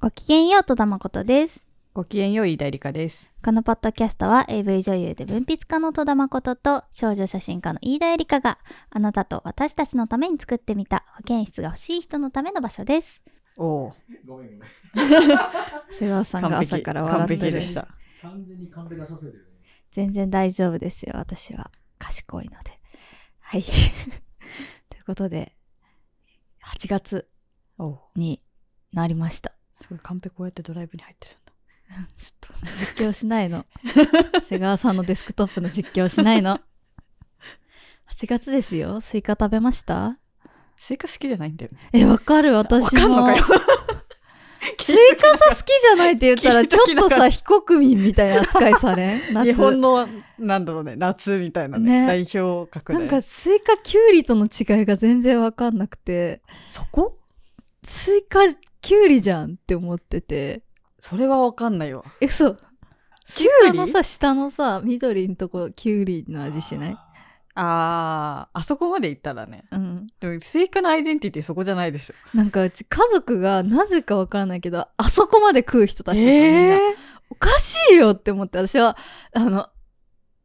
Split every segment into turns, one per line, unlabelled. ごきげんよう、戸田誠です。
ごきげんよう、飯田理香です。
このポッドキャストは AV 女優で文筆家の戸田誠と少女写真家の飯田絵理香があなたと私たちのために作ってみた保健室が欲しい人のための場所です。
おお、
ごめんごめん。
瀬川さんが朝から笑ってる。
完璧でした。
完全にカンペ出させてるね。
全然大丈夫ですよ、私は。賢いので。はい。ということで、8月
おお、
になりました。
すごい、カンペこうやってドライブに入ってるんだ。
ちょっと実況しな いの。瀬川さんのデスクトップの実況しないの。8月ですよ。スイカ食べました
スイカ好きじゃないんだよね。
え、わかる
わ
私
かんの
も
か。よ。
スイカさ好きじゃないって言ったら、
聞い
ち
た
ょ
気
っ
なか
と
った
さ、非国民みたいな扱いさ れん
日本
夏。
の、なんだろうね、夏みたいなね。
ね
代表格
な
で。
んか、スイカ、キュウリとの違いが全然わかんなくて、
そこ
スイカ、キュウリじゃんって思ってて。
それはわかんないわ。
え、嘘。
キュ
あ
ウ
の
リ
さ、下のさ、緑のとこ、キュウリの味しない
ああ、あそこまで行ったらね。
うん。
でも、スイカのアイデンティティそこじゃないでしょ。
なんかうち家族がなぜかわからないけど、あそこまで食う人たちだったのみんなおかしいよって思って、私は、あの、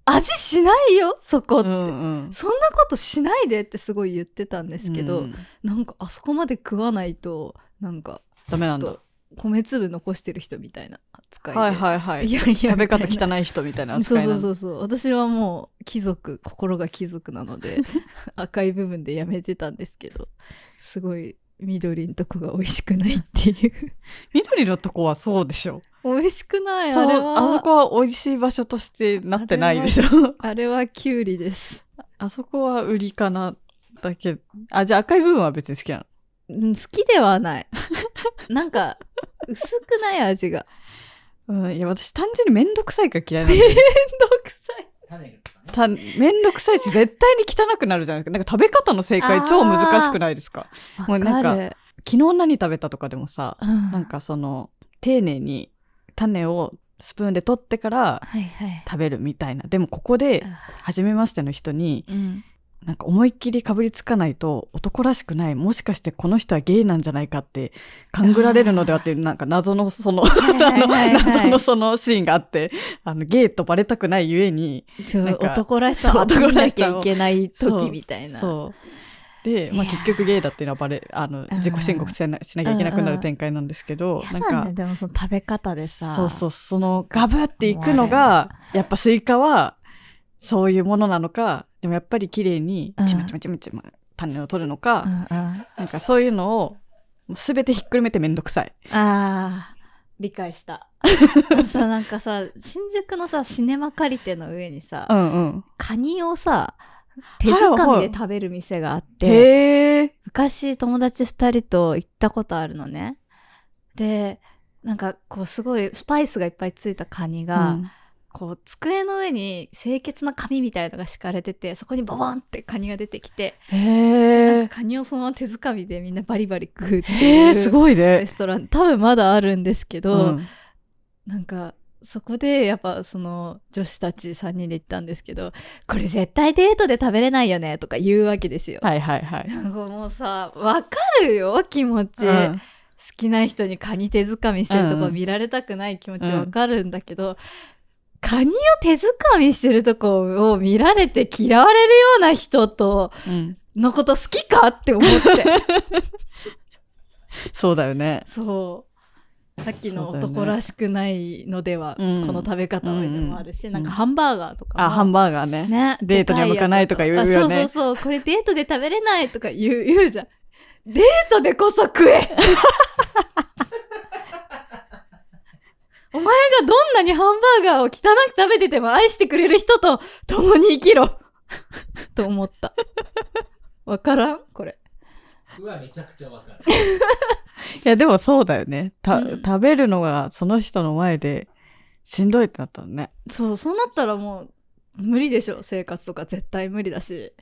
味しないよ、そこっ
う
て。
んうん。
そんなことしないでってすごい言ってたんですけど、
うん
なんかあそこまで食わないと、なんか、
ダメなんだ。
ちょっと米粒残してる人みたいな扱いで。
はいはいはい。
やいや、
食べ方
みたいな
汚い人みたいな扱
そ
いうなん
そ
だ
うそうそう。私はもう貴族、心が貴族なので、 赤い部分でやめてたんですけど、すごい緑のとこが美味しくないっていう。
緑のとこはそうでしょ。
美味しくない
そ
あ
う
れ
あ
は。
そこは美味しい場所としてなってないでしょ。
あれはキュウリです。
あそこは売りかなだけ。あ、じゃあ赤い部分は別に好きなの。
うん、好きではない。 なんか、薄くない味が。
うん、いや、私単純にめんどくさいから嫌いなんだよね
めんどくさい。
種がとかね。
た。めんどくさいし、絶対に汚くなるじゃないですか。なんか食べ方の正
あ
解
ー
超難しくないですかも
わ
うなんか
かる。
昨日何食べたとかでもさ、
な
なん、かその、丁寧に種をスプーンで取ってから
はいはい。
食べるみたいな。でもここで、初めましての人に、
うん。
なんか思いっきりかぶりつかないと男らしくないもしかしてこの人はゲイなんじゃないかって勘ぐられるのではっていうなんか謎のその
いはいはいはい
あの 謎のそのシーンがあってあのゲイとバレたくないゆえに
そう
なんか
男らしさを
そう
男らな
男らし
きゃ
さ
い
を
けない
そ
時
う
みたいな。
そうで、まあ、
いやー
結局ゲイだっていうのはバレあの
うん
自己申告せなしなきゃいけなくなる展開なんですけど、
やだ
なん
ね、
か。
でもその食べ方でさ。
そうそうそのガブっていくのがやっぱスイカはそういうものなのかでもやっぱり綺麗に
うん
ちまちまちまちま種を取るのか、
うんうん。あ
なんかそういうのを、もうすべてひっくるめてめんどくさい。
あー、理解 した。さ、なんかさ、新宿のさ、シネマ借り手の上にさ、
んうん。
カニをさ、手づかみで食べる店があって、
へえ。
昔友達二人と行ったことあるのね。で、なんかこうすごいスパイスがいっぱいついたカニが、こう机の上に清潔な紙みたいのが敷かれてて、そこにボボンってカニが出てきて、
へ
なん
え。
かカニをそのまま手づかみでみんなバリバリ食うって
へ
い
え、
う
すごい
レ
ね。
ストラン、多分まだあるんですけど、
うん
なんか、そこで、やっぱ、その、女子たち3人で行ったんですけど、これ絶対デートで食べれないよね、とか言うわけですよ。
はいはいはい。
なんかもうさ、わかるよ、気持ち。
うん
好きな人にカニ手づかみしてると
う
こ
ん
見られたくない気持ち
うん
わかるんだけど、カニを手づかみしてるとこを見られて嫌われるような人と、
うん。
のこと好きかって思って。
そうだよね。
そう。さっきの
そうだよね
男らしくないのでは、
うん
この食べ方はでもあるし、
うん
なんかハンバーガーとかも
あ、ハンバーガーね。
ね、
デートには向かないとか言うよね
でかいやつとかあそうそうそう、これデートで食べれないとか言う、言うじゃん。デートでこそ食 えお前がどんなにハンバーガーを汚く食べてても愛してくれる人と共に生きろと思った。わからんこれ。
うわ、めちゃくちゃわかる。
いや、でもそうだよね。た、
うん
食べるのがその人の前でしんどいってなったのね。
そう、そうなったらもう無理でしょ。生活とか絶対無理だし。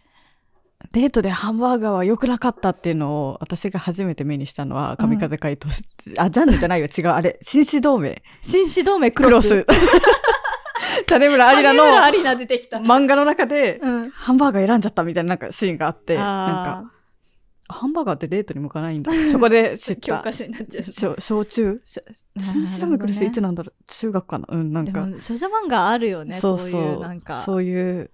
デートでハンバーガーは良くなかったっていうのを私が初めて目にしたのは、神風怪盗、あ、ジャンルじゃないよ。違う。あれ、紳士同盟。
紳士同盟ク
ク
ロ
ロ
ス。
ス。 種村アリラの
金村アリナ出てきた。
漫画の中で
うん。
ハンバーガー選んじゃったみたいななんかシーンがあって、
あー
なんか、ハンバーガーってデートに向かないんだ。そこで知っ
教
た
科。書になっちゃう
小小中し新シラムクリスいつなんだろう中学かなうん、なん
で
か。
も少女漫画あるよねそういうなんか
そういう、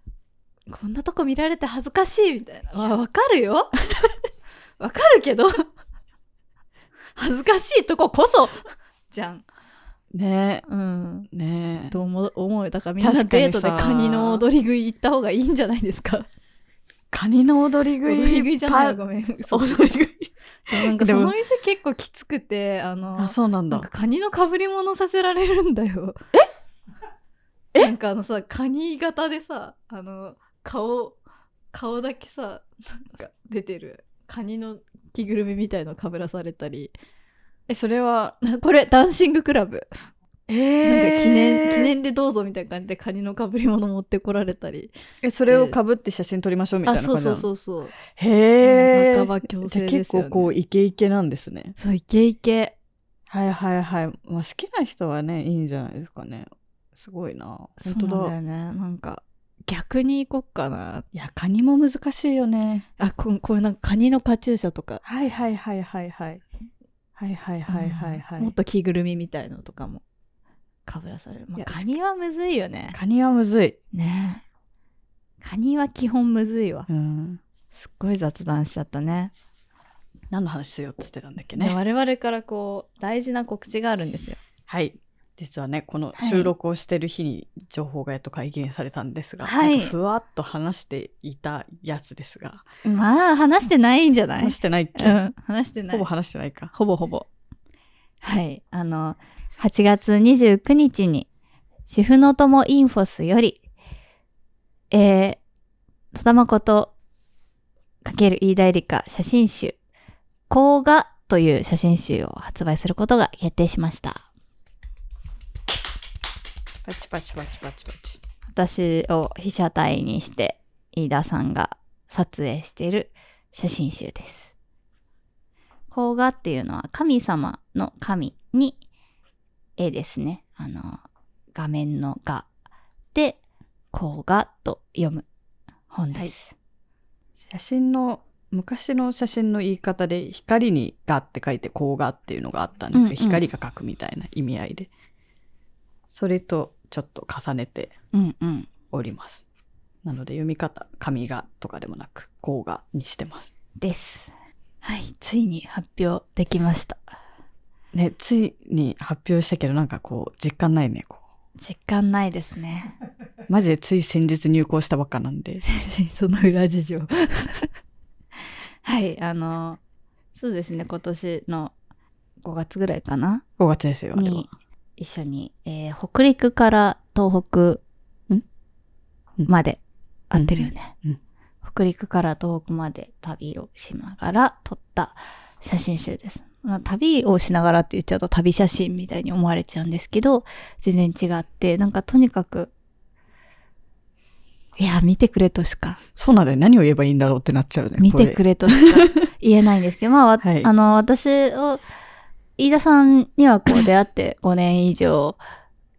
こんなとこ見られて恥ずかしいみたいなわわかるよ わかるけど恥ずかしいとここそじゃん
ね
うん
え、ねえ。
と思う思うよだからみんな
確かに
デ
さ
ートでカニの踊り食い行った方がいいんじゃないですか
カニの踊り食
踊
い。
り食いじゃない
パ
ご
ン
めんそう
踊り食い。
なんか
で
そ
も
の店結構きつくてあの
あ、そうなん
なん
だ
か。カニの被り物させられるんだよ。えなんかあのさ、カニ型でさ、あの、顔、顔だけさ、なんか出てる。カニの着ぐるみみたいの被らされたり。
え、それは、
なこれ、ダンシングクラブ。
え
なんか記念、記。念でどうぞみたいな感じでカニの被り物持ってこられたり。
え、それを被って写真撮りましょうみたい
あ、
な感じ
そうそう
う。
そうそう。
へえ。
半ば強
じゃ
制で
あ
すよ、ね。
結構こう、イケイケなんですね。
そう、イケイケ。
はいはいはい。まあ好きな人はね、いいんじゃないですかね。すごいな。本
そうな
当
ん
だ。
だよね。なんか、逆に行こっかな。
いや、カニも難しいよね。
あ、こうこういうなんかカニのカチューシャとか。
はいはいはいはいはい。はいはいはいはいはい。
もっと着ぐるみみたいのとかもかぶらされる、まあ、
いや
カニはむずいよね
カニはむずい。
ねえカニは基本むずいわ
うん。
すっごい雑談しちゃったね
何の話しようっつってたんだっけ
で
ね。
我々からこう大事な告知があるんですよ
はい。実はね、この
はい
収録をしてる日に情報がやっと解禁されたんですが、
はい
なんかふわっと話していたやつですが、
まあ話してないんじゃない
話してないっけ、
うん話してない
ほぼ話してないか。
ほぼほぼ。はい。あの、8月29日 に、主婦の友インフォスより、えー、戸田誠×飯田絵梨香写真集、甲賀という写真集を発売することが決定しました。
パチパチパチパチパチ。
私を被写体にして、飯田さんが撮影している写真集です。甲賀っていうのは神様の神に絵ですね。あの、画面の画で、甲賀と読む本です。
写真の、昔の写真の言い方で、光にがって書いて、こうがっていうのがあったんですけど、
うんうん
光が書くみたいな意味合いで、それとちょっと重ねて
うんうん。
おります。なので読み方、紙がとかでもなく、こうがにしてます。
です。はい、ついに発表できました。
ね、ついに発表したけど、なんかこう、実感ないね、こ
実感ないですね。
う。マジでつい先日入校したばっかなんで。
その裏事情。 はい、あの、 そうですね、今年の5月ぐらいかな
5月ですよ、あれは
に。一緒に、えー北陸から東北
ん
まで、合ってるよね、
うん
北陸から東北まで旅をしながら撮った写真集です。まあ旅をしながらって言っちゃうと旅写真みたいに思われちゃうんですけど、全然違って、なんかとにかく、いや、見てくれとしか
そうなんだよ。何を言えばいいんだろうってなっちゃうね。
見てく
れ。
れとしか言えないんですけど、まあ、わ
はい
あの、私を、飯田さんにはこう出会って5年以上、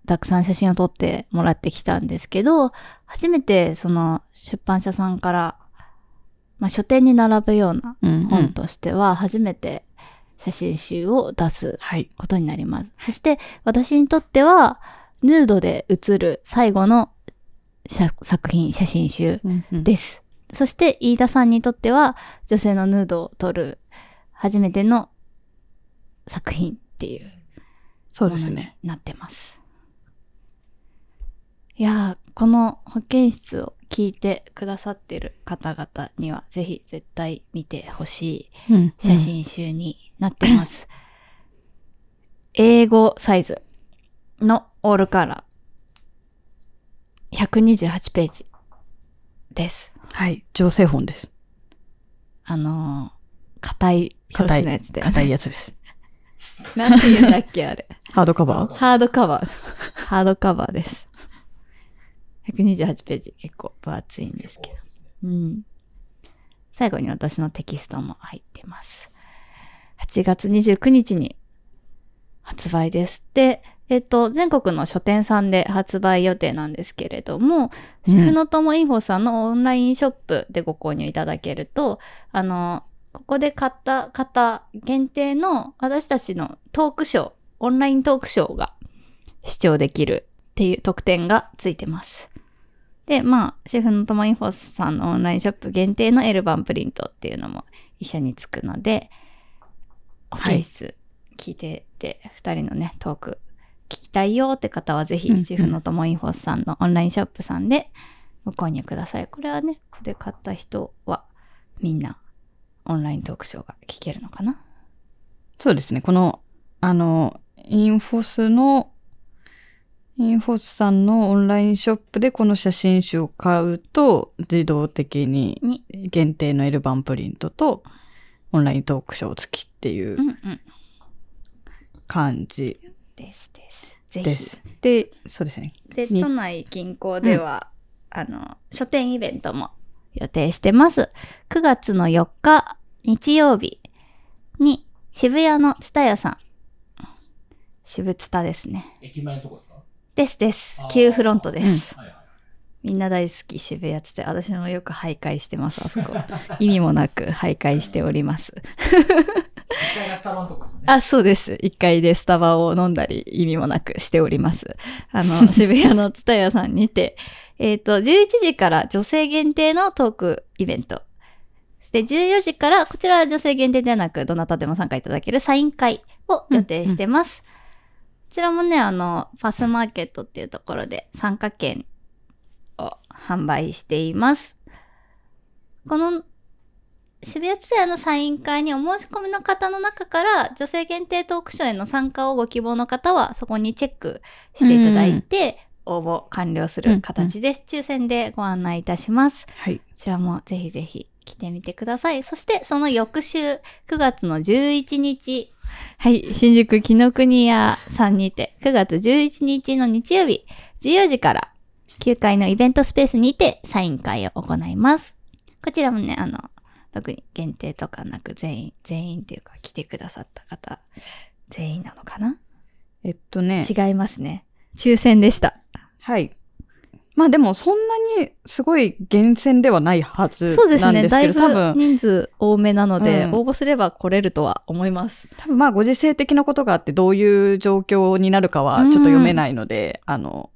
たくさん写真を撮ってもらってきたんですけど、初めてその出版社さんから、まあ、書店に並ぶような
うん、う
本
ん。
としては、初めて写真集を出す
はい。
ことになります。そして私にとっては、ヌードで写る最後の写作品、写真集
で、
です。そして飯田さんにとっては女性のヌードを撮る初めての作品っていう
そうですね。
なってます。いやーこの保健室を聞いてくださってる方々にはぜひ絶対見てほしい写真集になってます。英語サイズのオールカラー128ページです。
はい。女性本です。
あのー、硬い表
硬
紙
い
のやつで。
硬いやつです。
なんて言うんだ っけ、あれ。
ハードカバ ー
ハードカバー。ハードカバーです。128ページ、結構分厚いんですけど。うん。最後に私のテキストも入ってます。8月29日に発売です。で、えっと、全国の書店さんで発売予定なんですけれども、
うん
主婦のともインフォさんのオンラインショップでご購入いただけると、あの、ここで買った方限定の私たちのトークショー、オンライントークショーが視聴できるっていう特典がついてます。で、まあ、シェフのともインフォスさんのオンラインショップ限定のエルバンプリントっていうのも一緒につくので、オフィス聞いてて、二人のね、トーク聞きたいよって方はぜひ、
うんうん
シェフのともインフォスさんのオンラインショップさんでご購入ください。これはね、ここで買った人はみんなオンライントークショーが聞けるのかな
そうですね。この、あの、インフォスの、インフォスさんのオンラインショップでこの写真集を買うと、自動的に
に。
限定の L 版プリントと、オンライントークショー付きっていううん
うん。
感じ
ですです。ぜひ。
です。で、そうですね。
で、
に
都内近郊では、あの、書店イベントも予定してます。9月の4日、日曜日に渋谷の蔦屋さん。渋蔦ですね。
駅前のとこですか
ですです
あ。ー
Q フロントです。
はいはいはい。
みんな大好き渋谷蔦屋。私もよく徘徊してます、あそこ。意味もなく徘徊しております。
一階がスタバのとこですよね。
あ、そうです。1階でスタバを飲んだり、意味もなくしております。あの、渋谷の蔦屋さんにて、えっ、と、11時から女性限定のトークイベント。そして14時から、こちらは女性限定ではなく、どなたでも参加いただけるサイン会を予定してます。こちらもね、あの、パスマーケットっていうところで参加券を販売しています。この渋谷ツアーのサイン会にお申し込みの方の中から女性限定トークショーへの参加をご希望の方はそこにチェックしていただいて応募完了する形です。抽選でご案内いたします。こ
はい。
ちらもぜひぜひ来てみてください。そしてその翌週9月の11日はい新宿紀ノ国屋さんにて9月11日の日曜日14時から9階のイベントスペースにてサイン会を行います。こちらもね、あの、特に限定とかなく全員、全員っていうか来てくださった方、全員なのかな
えっとね。
違いますね。抽選でした。
はい。まあでもそんなにすごい厳選ではないはず
そうです
なん
ね。
です
だ
け
い
ど、
ぶ
多分、
人数多めなので、
うん
応募すれば来れるとは思います。
多分まあご時世的なことがあってどういう状況になるかはちょっと読めないので、あの、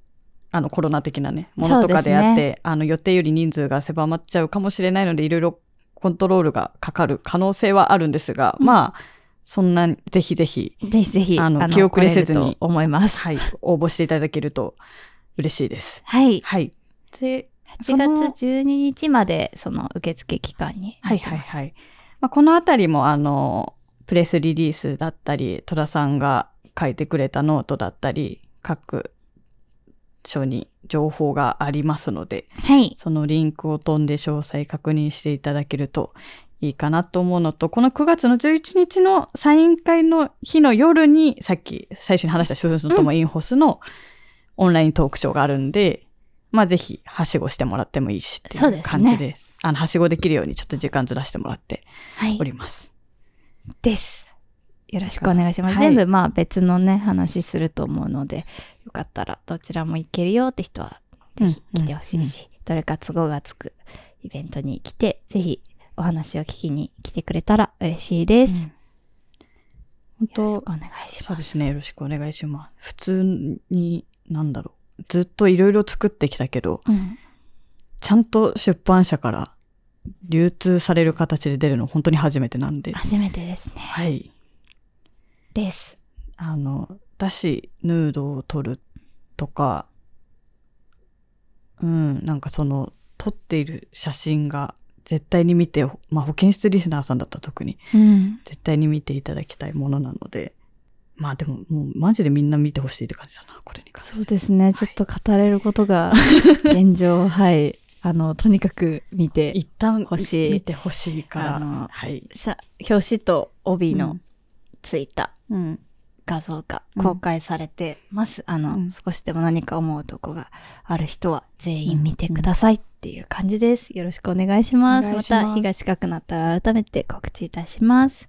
あのコロナ的なね、ものとかであ
そ
っ
う
て、
で
あの予定より人数が狭まっちゃうかもしれないので、いろいろコントロールがかかる可能性はあるんですが、
うん
まあ、そんな、ぜひぜひ、
ぜひぜひ、
あの気遅れせずに
来ると思います。
はい、応募していただけると嬉しいです。
はい。
はい。で、
8月12日まで、その受付期間にな
は
っ
い
て
は
ます。
いはい。まあ、このあたりも、あの、プレスリリースだったり、戸田さんが書いてくれたノートだったり、各書に情報がありますので、
はい。
そのリンクを飛んで詳細確認していただけるといいかなと思うのと、この9月の11日のサイン会の日の夜に、さっき最初に話した主婦の友インホスのオンライントークショーがあるんで、まあぜひ、はしごしてもらってもいいしって
そう
い
で
う
すね
感じです。あの、はしごできるようにちょっと時間ずらしてもらって
はい
お。ります。
です。よろしくお願いします。
はい
全部まあ別のね、話すると思うので、よかったらどちらも行けるよって人はぜひ来てほしいし、どれか都合がつくイベントに来て、ぜひお話を聞きに来てくれたら嬉しいで
うん。
す。
本
よろし
当
くお願いします。
そうですね。よろしくお願いします。普通に、なんだろう。ずっといろいろ作ってきたけど、
うん。
ちゃんと出版社から流通される形で出るの本当に初めてなんで。
初めてですね。
はい。
です。
あの、だし、ヌードを撮るとか、うん、なんかその、撮っている写真が絶対に見て、まあ保健室リスナーさんだったら特に
うん。
絶対に見ていただきたいものなので、まあでももうマジでみんな見てほしいって感じだな、これに関して
そうですね。ちょっと語れること が、現状、はい。あの、とにかく見て、
一旦
欲しい
見てほしいか
あ
ら
の、
はい。
さ表紙と帯のついた
うん、
画像が
うん
公開されてます。あの、
うん
少しでも何か思うとこがある人は全員見てくださいっていう感じです。よろしくお願いします。
お願
ま
いします
た日が近くなったら改めて告知いたします。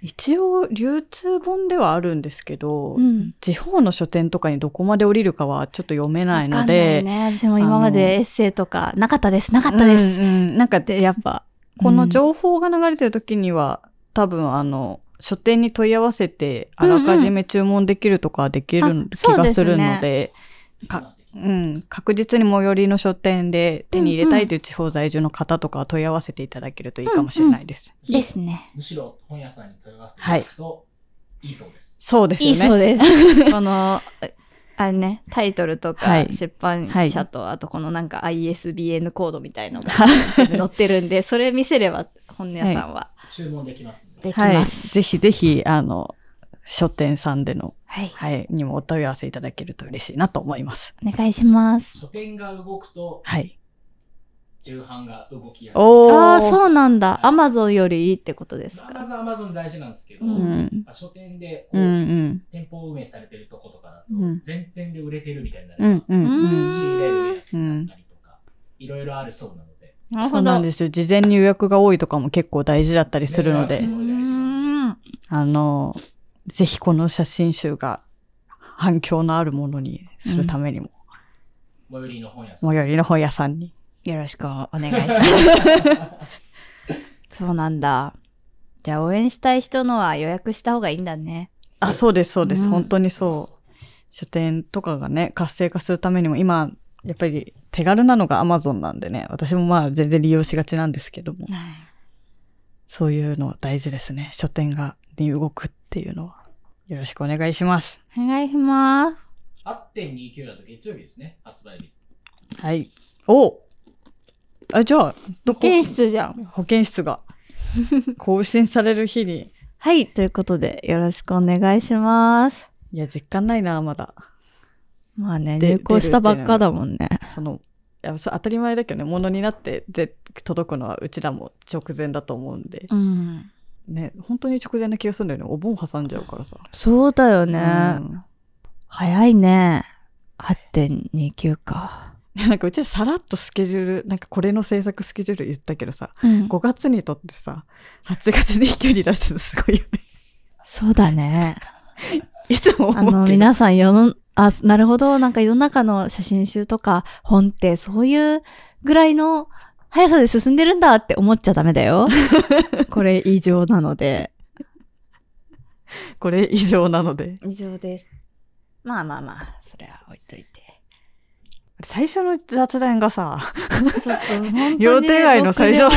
一応流通本ではあるんですけど、
ん。
地方の書店とかにどこまで降りるかはちょっと読めないの
わかんない
で、
ね。私も今までエッセイとかなかったです、なかったです。
うんうんなんか
で、やっぱ、
この情報が流れてる時には、多分あの、書店に問い合わせて、あらかじめ注文できるとかはでき
う
る
んうんあ
気がする
そ
の
う
で、
か
かうん、確実に最寄りの書店で手に入れたいという地方在住の方とかは問い合わせていただけるといいかもしれないです。
ですね。
むしろ本屋さんに問い合わせていただくと、いいそうです。
そうですよ
い
ね。
いそうです。 この、あれね、タイトルと
は
か
い
出版
はい
社と、あとこのなんか ISBN コードみたいのが全部載ってるんで、それ見せれば本屋さんは
注文できますんで。
できま
はい。
す。
ぜひぜひ、あの、書店さんでの、
はい。
はい、にもお問い合わせいただけると嬉しいなと思います。
お願いします。
書店が動くと、
はい。
重版が動きやすい。
おー。
ああ、そうなんだ。アマゾンよりいいってことです
ま
か。
ずアマゾン大事なんですけど、
う
うんん。
まあ書店でこ
う
うん
うん。
店舗運営されてるとことかだと
うん、
全店で売れてるみたいにな
う
る
んうんうん。
仕入れるやつだったりとか、いろいろあるそうなので、
な
そうなんですよ。事前に予約が多いとかも結構大事だったりするの
ね
で
う、
ん
あの、ぜひこの写真集が反響のあるものにするためにも、
最寄りの本屋さん。
最寄りの本屋さんに。
よろしくお願いします。
そうなんだ。じゃあ応援したい人のは予約した方がいいんだね。
あ、そうです、そうです。
うん
本当にそう。書店とかがね、活性化するためにも、今、やっぱり手軽なのが Amazon なんでね、私もまあ全然利用しがちなんですけども、そういうのは大事ですね。書店がに動くっていうのは。よろしくお願いします。
お願いします。
8.29だと月曜日ですね、発売日。
はい。おあ、じゃあ、どこ
現室じゃん。
保健室が更新される日に。
はい、ということでよろしくお願いします。
いや、実感ないな、まだ。
まあね、
で
入稿したばっかだもんね。
その、いやそう当たり前だけどね、ものになってで届くのはうちらも直前だと思うんで、
うん。
ね、本当に直前な気がするんだよね。お盆挟んじゃうからさ。
そうだよね。
うん
早いね。8.29か。
いやなんかうちらさらっとスケジュール、なんかこれの制作スケジュール言ったけどさ、
うん
5月にとってさ、8月に急に出すのすごいよね。
そうだね。
いつも思うけ
あ
ど。
の、皆さん世の、あ、なるほど、なんか世の中の写真集とか本ってそういうぐらいの速さで進んでるんだって思っちゃダメだ よ。これ異常なので。
これ以上なので。
異常です。まあまあまあ、それは置いといて。
最初の雑談がさ、
ちょっと本当に。
予定外の最初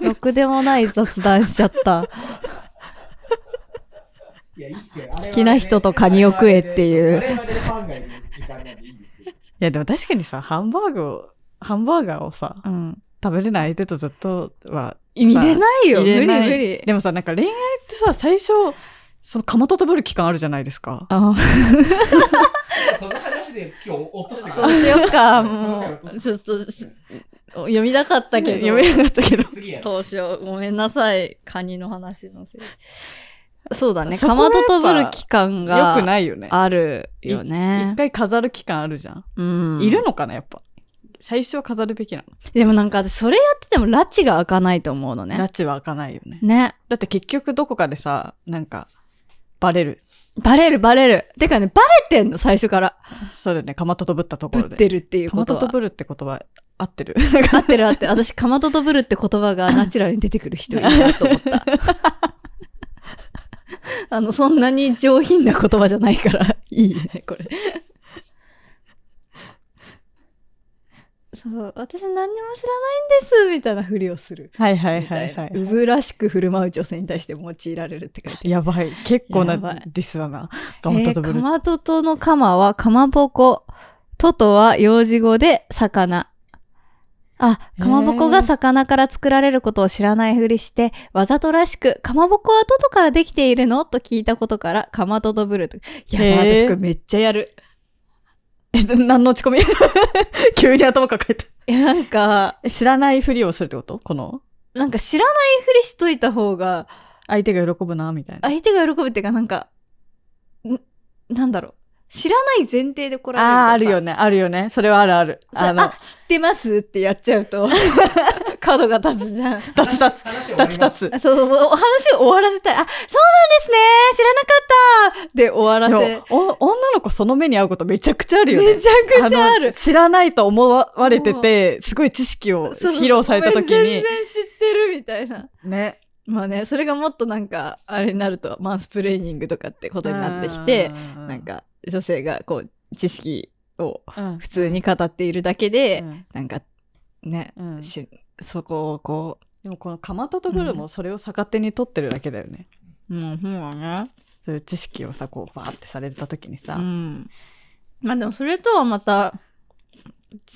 の
ろくでもない、ろくでもない雑談しちゃった。
いや、いいっすよ。好
きな人とカニを食えっていう
我々でファンがいる時間なんでいいんですけど。
いやでも確かにさ、ハンバーグを、ハンバーガーをさ、
うん。
食べれない相手とずっとは、
入れ
い
ないよ。無理無理。
でもさ、なんか恋愛ってさ、最初、そのかまと食べる期間あるじゃないですか。
あ、
その話で今日落としてく
そう
だ
し
さい
ようか、も う。ちょっと、し読みたかったけど。
読めなかったけど。
次やる。
どうしよう。ごめんなさい。カニの話のせいで。そうだね。
そ
か
こがや
ま
っぱ
ととぶる期間
よく
が
ないよね。
あるよ
一
ね。
回飾る期間あるじゃん。
うん、
いるのかな、やっぱ。最初は飾るべきなの。
でもなんか私それやってても拉致が開かないと思うのね
拉。致は開かないよね。
ね。
だって結局どこかでさ、なんか、バレる。
バレるバレる。てかね、バレてんの最初から。
そうだよね、かまととぶったとこ
ぶ
ろ
っ
で。
てるってい
か
うこ
ま
と
とと
は。
ぶるってことは合ってる。
合ってる合ってる。私、かまととぶるって言葉がナチュラルに出てくる 人いるなと思った。あの、そんなに上品な言葉じゃないから、 いいね、これ。そう、私何にも知らないんです、みたいなふりをする。
はいはい
み
は
たい
い
な。。
はいう
ぶらしく振る舞う女性に対して用いられるって書いてある。
やばい。結構な
やばい
ディスだな。
え
ガムタド
ー
ブ
か
ル。
まととのかまはかまぼこ。ととは幼児語で魚。あ、かまぼこが魚から作られることを知らないふりして、わざとらしく、かまぼこはトトからできているのと聞いたことから、かまととぶると。やばい、
へー
私これめっちゃやる。
え、何の落ち込み 急に頭抱えた。
いや、なんか、
え知らないふりをするってことこの、
なんか知らないふりしといた方が、
相手が喜ぶな、みたいな。
相手が喜ぶっていうか、なんか、んなんだろう。知らない前提で来られ
あ
るとさ
あ、あるよね。あるよね。それはあるある。
さ
あの
あ、知ってますってやっちゃうと、角が立つじゃん。
立つ立つ。
話は終
立つ
わりま
立
す
つ。
そうそうそう、お話を終わらせたい。あ、そうなんですね知らなかったで終わらせ。
でもお女の子その目に遭うことめちゃくちゃあるよね。
めちゃくちゃあ
の
る。
知らないと思われてて、すごい知識を
そうそう
披露された時
ごめん全
に
然、知ってるみたいな。
ね。
まあね、それがもっとなんか、あれになると、マンスプレーニングとかってことになってきて、
うん
なん、か、女性がこう、知識を
うん
普通に語っているだけで、
うん
なんか、ね、
うん
しそこをこ
でもこのかまととフルもそれを逆手に取ってるだけだよね。
う、もう、ほらね。
そういう知識をさ、こう、バーってされた時にさ、
うん。まあでも、それとはまた、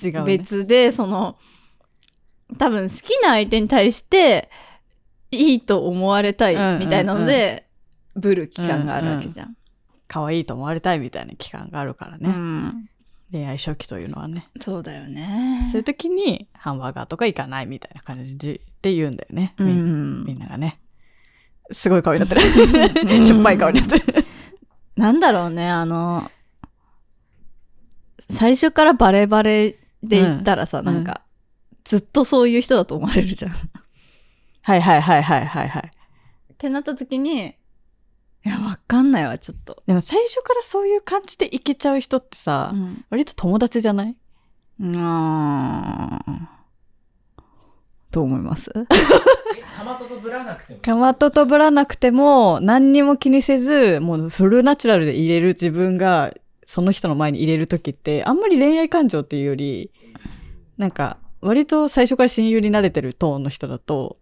違う、ね。
別で、その、多分好きな相手に対して、いいと思われたい
うんうんうん
みたいなので、ブル期間があるわけじゃん。
可愛いと思われたいみたいな期間があるからね。恋愛初期というのはね。
そうだよね。
そういう時に、ハンバーガーとか行かないみたいな感じで言うんだよね。
う
みん
ん
みんながね。すごい顔にな ってる。しょっぱい顔になってる。
なんだろうね、あの、最初からバレバレで言ったらさ、
ん
なんか、ずっとそういう人だと思われるじゃん。っ
はいはいはいはいはいはい。
てなった時に、いや、わかんないわ、ちょっと。
でも最初からそういう感じでいけちゃう人ってさ、
うん。
割と友達じゃない
あーどう思います
えかまととぶらなくても。
かまととぶらなくても、何にも気にせず、もうフルナチュラルで入れる自分が、その人の前に入れる時って、あんまり恋愛感情っていうより、なんか、割と最初から親友に慣れてるトーンの人だと、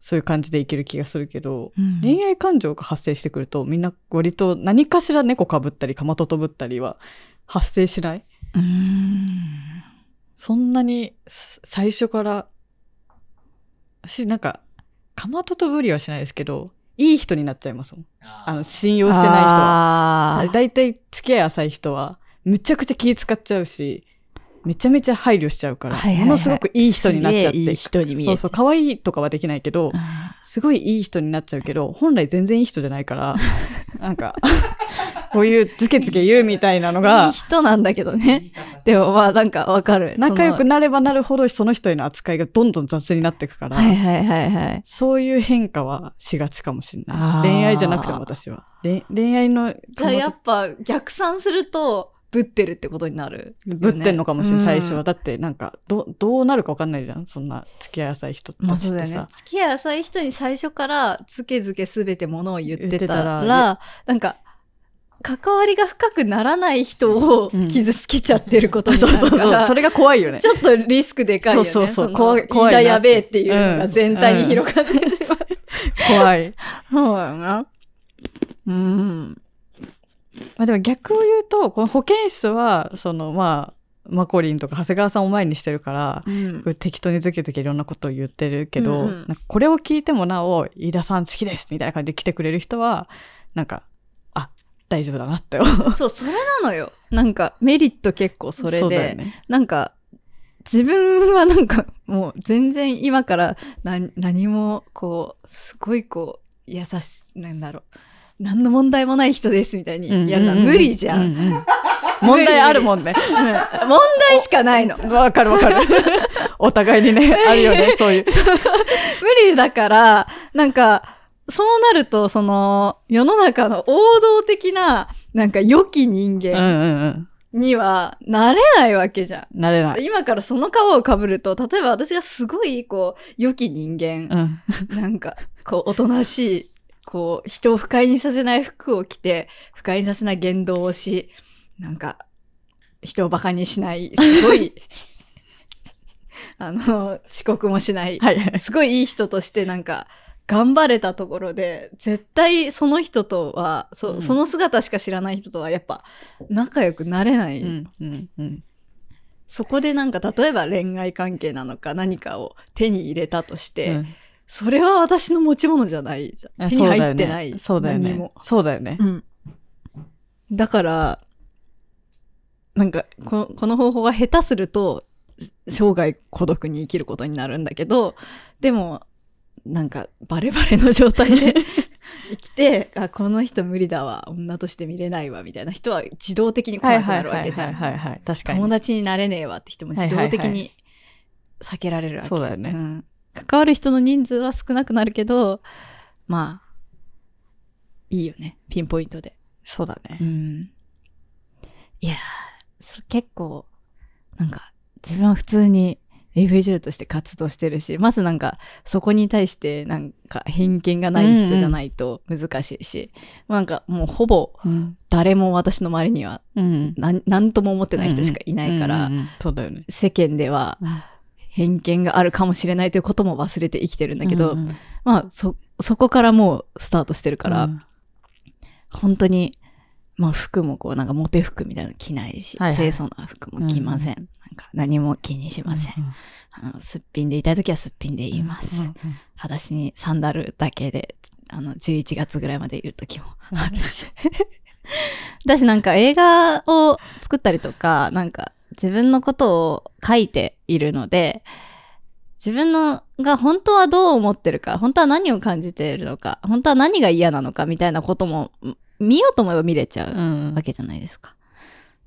そういう感じでいける気がするけど、恋愛感情が発生してくると、みんな割と何かしら猫かぶったり、かまととぶったりは発生しない
うん
そんなにす最初から、し、なんか、かまととぶりはしないですけど、いい人になっちゃいますもん。あの、信用してない人は。
あー
だいたい付き合い浅い人は、むちゃくちゃ気使っちゃうし、めちゃめちゃ配慮しちゃうから、
はいはいはい
ものすごくいい人になっちゃって。
すげえいい人に見えて
そうそう、可愛いとかはできないけど、すごいいい人になっちゃうけど、本来全然いい人じゃないから、なんか、こういうズケズケ言うみたいなの
いい
が、
人なんだけど
言
ね。
い方
でもまあなんかわかる。
仲良く
その
なればなるほどその人への扱いがどんどん雑になっていくから、
はいはいはいはい。
そういう変化はしがちかもしれ
あ
な
ー
い。恋愛じゃなくても私は。れん恋愛の、
じゃあやっぱ逆算すると、ぶってるってことになる、
ぶってんのかもしれない、最初
う
は。
ん
だってなんか、ど、どうなるかわかんないじゃん。そんな付き合い浅い人
ま
た
あ
ち
そう
っ
だ
て
よね
さ。。
付き合い浅い人に最初からつけづけすべてものを言ってたら、
言っ
なんか、関わりが深くならない人を
うん
傷つけちゃってることにな
そう
るか
そ
ら
う、そう。それが怖いよね。
ちょっとリスクでかいよね。
そうそうそう
の
怖い怖いな
言
って
いだやべえっていうのが全体に広がってしまう。
怖い。
そうだよな。うん。
まあでも逆を言うと、この保健室は、そのまあ、マコリンとか長谷川さんを前にしてるから、
うん
こ。れ適当にずけずけいろんなことを言ってるけど、
うんうん
なんかこれを聞いてもなお、飯田さん好きですみたいな感じで来てくれる人は、なんか、あ、大丈夫だなって思う。
そう、それなのよ。なんか、メリット結構 それ
うだ
で、
よね。
なんか、自分はなんか、もう全然今から何何も、こう、すごいこう、優しい、なんだろう。何の問題もない人ですみたいにやるのは無理じゃん。
う
うん
うううん 問題あるもんね。
問題しかないの。
わかる わかる。お互いにね、あるよね、そういう。
無理だから、なんか、そうなると、その、世の中の王道的な、なんか良き人
うん
間
うんうん。
にはなれないわけじゃん。
なれない。
今からその皮をかぶると、例えば私がすごい、こう、良き人
う
間、
ん。
なんか、こう、おとなしい、こう、人を不快にさせない服を着て、不快にさせない言動をし、なんか、人を馬鹿にしない、すごい、あの、遅刻もしない、
はいはい。
すごいいい人としてなんか、頑張れたところで、絶対その人とは、そ,、
うん
その姿しか知らない人とはやっぱ仲良くなれない。
うんうんうん。
そこでなんか例えば恋愛関係なのか何かを手に入れたとして、
うん
それは私の持ち物じゃないじゃん。手に入ってない。
そうだよね。
何
そうだよね
も。
そうだよね。
うん。だから、なんかこ、この方法は下手すると、し生涯孤独に生きることになるんだけど、でも、なんか、バレバレの状態 で生きて、あ、この人無理だわ、女として見れないわ、みたいな人は自動的に来なくなるわけじゃ
はいはいはい
ん。
はいはい。確かに。
友達になれねえわって人も自動的に避けられるわけ。
そうだよね。
うん関わる人の人数は少なくなるけど、まあ、いいよね。ピンポイントで。
そうだね。
うん。いやー、それ結構、なんか、自分は普通に AV 女優として活動してるし、まずなんか、そこに対してなんか偏見がない人じゃないと難しいし、なんかもうほぼ
うん。
誰も私の周りには
うん。
何何とも思ってない人しかいないから、
うんうんうんそうだよね。
世間では偏見があるかもしれないということも忘れて生きてるんだけど、
うんうん
まあそ、そこからもうスタートしてるから、
うん
本当に、まあ服もこうなんかモテ服みたいなの着ないし、
はいはい
清楚な服も着ません。なんか何も気にしません。あのすっぴんでいたいときはすっぴんでいます。
うんうん
裸足にサンダルだけで、あの、11月ぐらいまでいる時もあるし。 だしなんか映画を作ったりとか、なんか自分のことを書いているので、自分のが本当はどう思ってるか、本当は何を感じているのか、本当は何が嫌なのかみたいなこともん見ようと思えば見れちゃう
うん
わけじゃないですか。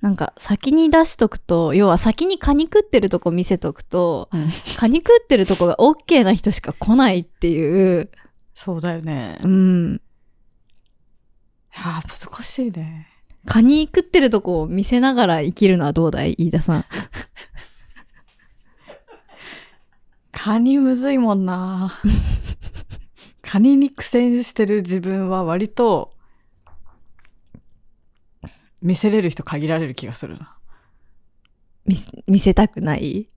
なんか先に出しとくと、要は先にカニ食ってるとこ見せとくと、
うん
カニ食ってるとこが OK な人しか来ないっていう、
そうだよね
う。ん、
はあ、難しいね。
カニ食ってるとこを見せながら生きるのはどうだい飯田さん。
カニむずいもん な。カニに苦戦してる自分は割と、見せれる人限られる気がするな。
見せ見せたくない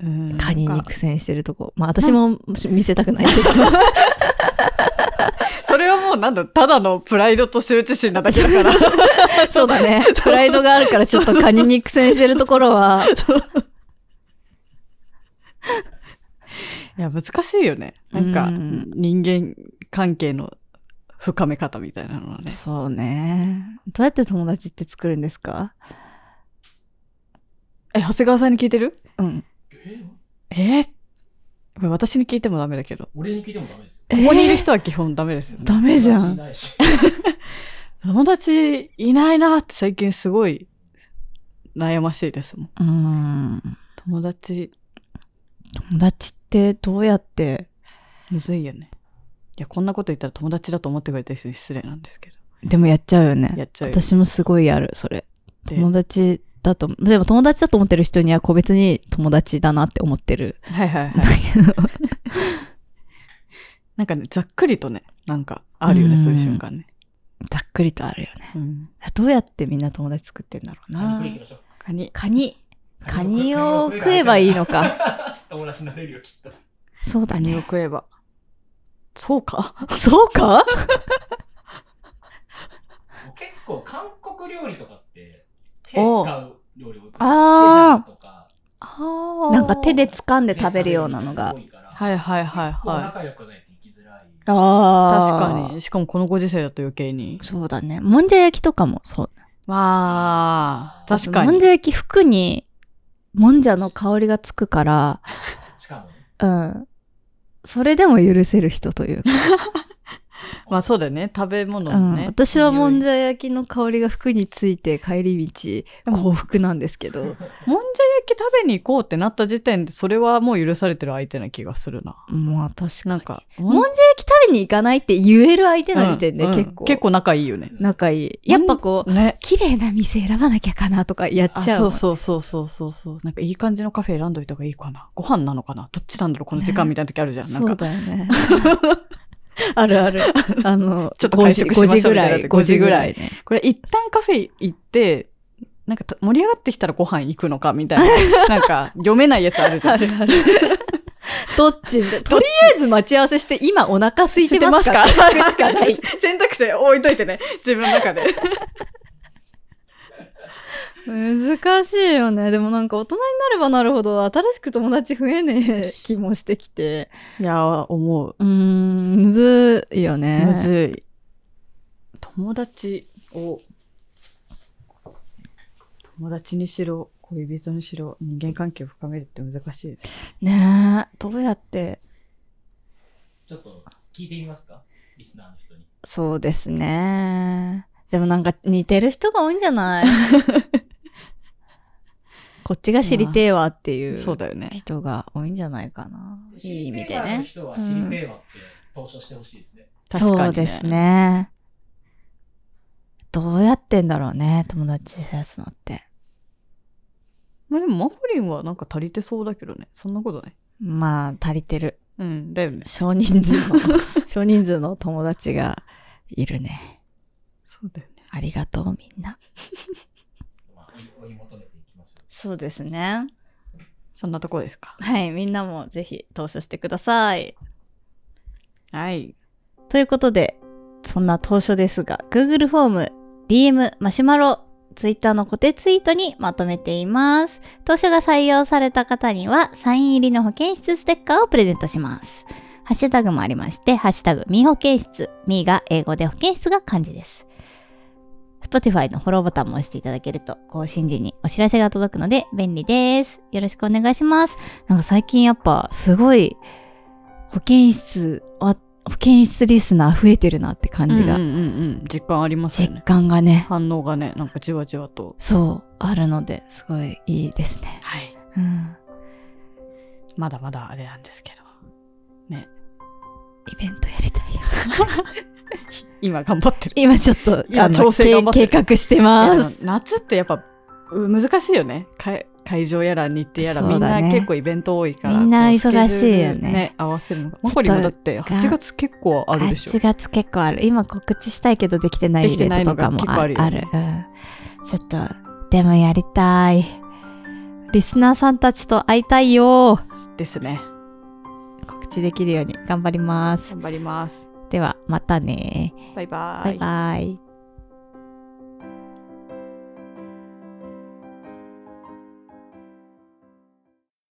うん
カニ
なん
に
か
苦戦してるとこ。まあ私も見せたくないけど。
それはもうなんだ、ただのプライドと羞恥心なだけだから。
そうだね。プライドがあるからちょっとカニに苦戦してるところは、
いや、難しいよね。なんか、
うん
人間関係の深め方みたいなのはね。
そうね。どうやって友達って作るんですか
え、長谷川さんに聞いてる
うん。
え
えーこれ私に聞いてもダメだけど。
俺に聞いてもダメですよ。
こ
ここにいる人は基本ダメですよね。
ダメじゃ
友達い
ん。
ないし。
友達いないなって最近すごい悩ましいですもん。
うん。
友達、
友達ってどうやって、
むずいよね。いや、こんなこと言ったら友達だと思ってくれてる人に失礼なんですけど。
でもやっちゃうよね。
やっちゃうよ
私もすごいやる、それ。
で
友達だと、でも友達だと思ってる人には個別に友達だなって思っ てる。
はいはいはい。なんかね、ざっくりとね、なんかあるよ
うん
ね、そういう瞬間ね。
ざっくりとあるよね。
うん。
どうやってみんな友達作ってんだろう
カ
な
ニ食いに行き。ましょう
カニ。
カニ。カニを
カニ
食えばいいのか。
友達になれるよ、きっと。
そう
カ
だ
ニを
ね。
食えば。そうか
そうか
結構、韓国料理とかって、手使う料理多いから。
あー
ケジャンとか
あ
なんか手で掴んで食べるようなのが
手。食べるのが多いから
はいはいはい
結構
はい。
仲良くないと行きづらい。
あ
確かに。。しかもこのご時世だと余計に。
そうだね。もんじゃ焼きとかもそう。
まあ、確か
もん
に
じ。ゃ焼き服に、もんじゃの香りがつくから、
しかもね、
うん。それでも許せる人というか。
まあそうだよね。食べ物
う
の
ん、
ね。
私はもんじ
ゃ、
ゃ焼きの香りが服について帰り道、幸福なんですけど。
もんじゃ焼き食べに行こうってなった時点で、それはもう許されてる相手な気がするな。
まあ確
なん。か、
もんじゃ焼き食べに行かないって言える相手の時点で
うん
結構、
うん結構仲いいよね。
仲いい。やっぱこう、
ね。
綺麗な店選ばなきゃかなとかやっ
あ
ちゃう
そ
もん。
うそうそうそうそうそう。なんかいい感じのカフェ選んどいた方がいいかな。ご飯なのかなどっちなんだろうこの時間みたいな時あるじゃん。なん
そ
か
うだよね。 あるある。 あの、
ちょっと会食しましょう
5時ぐ
みたい
ら、
ないって
5時ぐらいね。
これ一旦カフェ行って、なんかた盛り上がってきたらご飯行くのかみたい な。なんか読めないやつあるじゃん。
あるある。どっちみたいなとりあえず待ち合わせして、今お腹空いてますか
空いてますか
聞くしかない。
選択肢置いといてね。自分の中で。
難しいよね。でもなんか大人になればなるほど、新しく友達増えねえ気もしてきて。
いやー、思う。
うーん、むずいよね。
むずい。友達を、友達にしろ、恋人にしろ、人間関係を深めるって難しいね。
ねえ、どうやって。
ちょっと聞いてみますかリスナーの人に。
そうで すね。でもなんか似てる人が多いんじゃないこっちが知りてえわっていう
そうだよね。
人が多いんじゃないかな。
いい意味でね
シリペーワの人はシリペーワって投書してほしいですね。
確かに、
そうです。ね。どうやってんだろうね、友達増やすのって。
まあでも、マフリンはなんか足りてそうだけどね。そんなことない。
まあ、足りてる。
うん、だよね。
少人数の、 少人数の友達がいるね。
そうだよね。
ありがとう、みんな。
まあ、追い追い求めていきましょ
そうですね。
そんなとこですか。
はい、みんなもぜひ投書してください。
はい。
ということで、そんな当初ですが、Google フォーム、DM、マシュマロ、Twitter の固定ツイートにまとめています。当初が採用された方には、サイン入りの保健室ステッカーをプレゼントします。 ハッシュタグもありまして、ハッシュタグ、み保健室。みが英語で保健室が漢字です。Spotify のフォローボタンも押していただけると、更新時にお知らせが届くので便利です。よろしくお願いします。なんか最近やっぱ、すごい、保健室、あ保健室リスナー増えてるなって感じが、
うんうんうんうん。実感ありますよ
実
ね。
感がね、
反応がね、なんかじわじわと。
そう、あるので、すごいいいですね。
はい。
うん。
まだまだあれなんですけど。
イベントやりたいよ。
今頑張ってる。
今ちょっと、
今
あの、
調整頑張って
計
る
計画してます。
いやあの夏ってやっぱう難しいよね会会場やら日程やら、
そ
み
うんだ
な
ね
結構イベント多いから
みんな
こうスケジュール
忙しいよね
合わせるのが
ょ
マ
っと
ホリもだって
が
8月結構あるでし
8
ょ
月結構ある。今告知したいけどできてない
で
イ
き
ベ
てな
ン
い
トと
の
か
が
も
結構
あ
あ
る
るよね
ある、うん。ちょっと、でもやりたい。リスナーさんたちと会いたいよ。
ですね
告知できるように頑張ります。
頑張ります
では、またね。
バイバ
バイバイ。